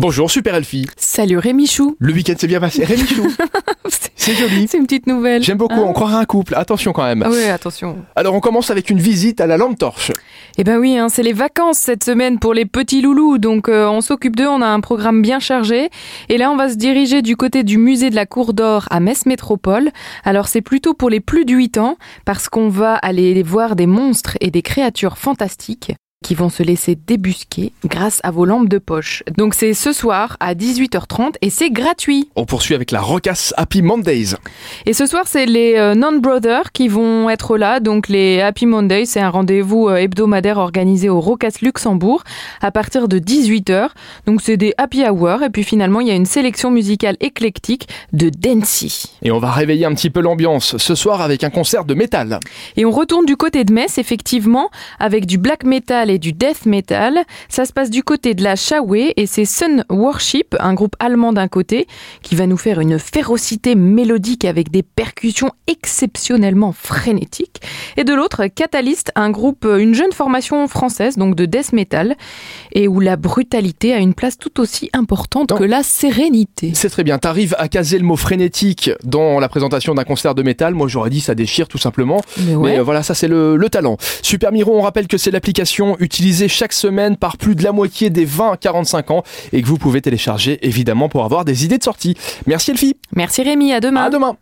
Bonjour Super Elfie. Salut Rémi Chou. Le week-end s'est bien passé. Rémi Chou, c'est joli. C'est une petite nouvelle. J'aime beaucoup, Ah. on croirait un couple. Attention quand même. Ah oui, attention. Alors on commence avec une visite à la lampe torche. Eh ben oui, hein, c'est les vacances cette semaine pour les petits loulous, donc euh, on s'occupe d'eux, on a un programme bien chargé. Et là, on va se diriger du côté du musée de la Cour d'Or à Metz Métropole. Alors c'est plutôt pour les plus de 8 ans, parce qu'on va aller voir des monstres et des créatures fantastiques qui vont se laisser débusquer grâce à vos lampes de poche. Donc c'est ce soir à 18h30 et c'est gratuit. On poursuit avec la rocasse Happy Mondays. Et ce soir, c'est les euh, Non-Brothers qui vont être là. Donc, les Happy Monday, c'est un rendez-vous euh, hebdomadaire organisé au Rocas Luxembourg à partir de 18h. Donc, c'est des happy hours. Et puis, finalement, il y a une sélection musicale éclectique de Dancy. Et on va réveiller un petit peu l'ambiance ce soir avec un concert de métal. Et on retourne du côté de Metz, effectivement, avec du black metal et du death metal. Ça se passe du côté de la Chaoué et c'est Sun Worship, un groupe allemand d'un côté, qui va nous faire une férocité mélodique avec des percussions exceptionnellement frénétiques. Et de l'autre, Catalyst, un groupe, euh, une jeune formation française, donc de death metal, et où la brutalité a une place tout aussi importante Non. que la sérénité. C'est très bien. T'arrives à caser le mot frénétique dans la présentation d'un concert de métal. Moi j'aurais dit ça déchire tout simplement. Mais ouais. Mais euh, voilà, ça c'est le, le talent. Super Miro, on rappelle que c'est l'application utilisée chaque semaine par plus de la moitié des 20-45 ans et que vous pouvez télécharger évidemment pour avoir des idées de sortie. Merci Elfie. Merci Rémi, à demain. À demain.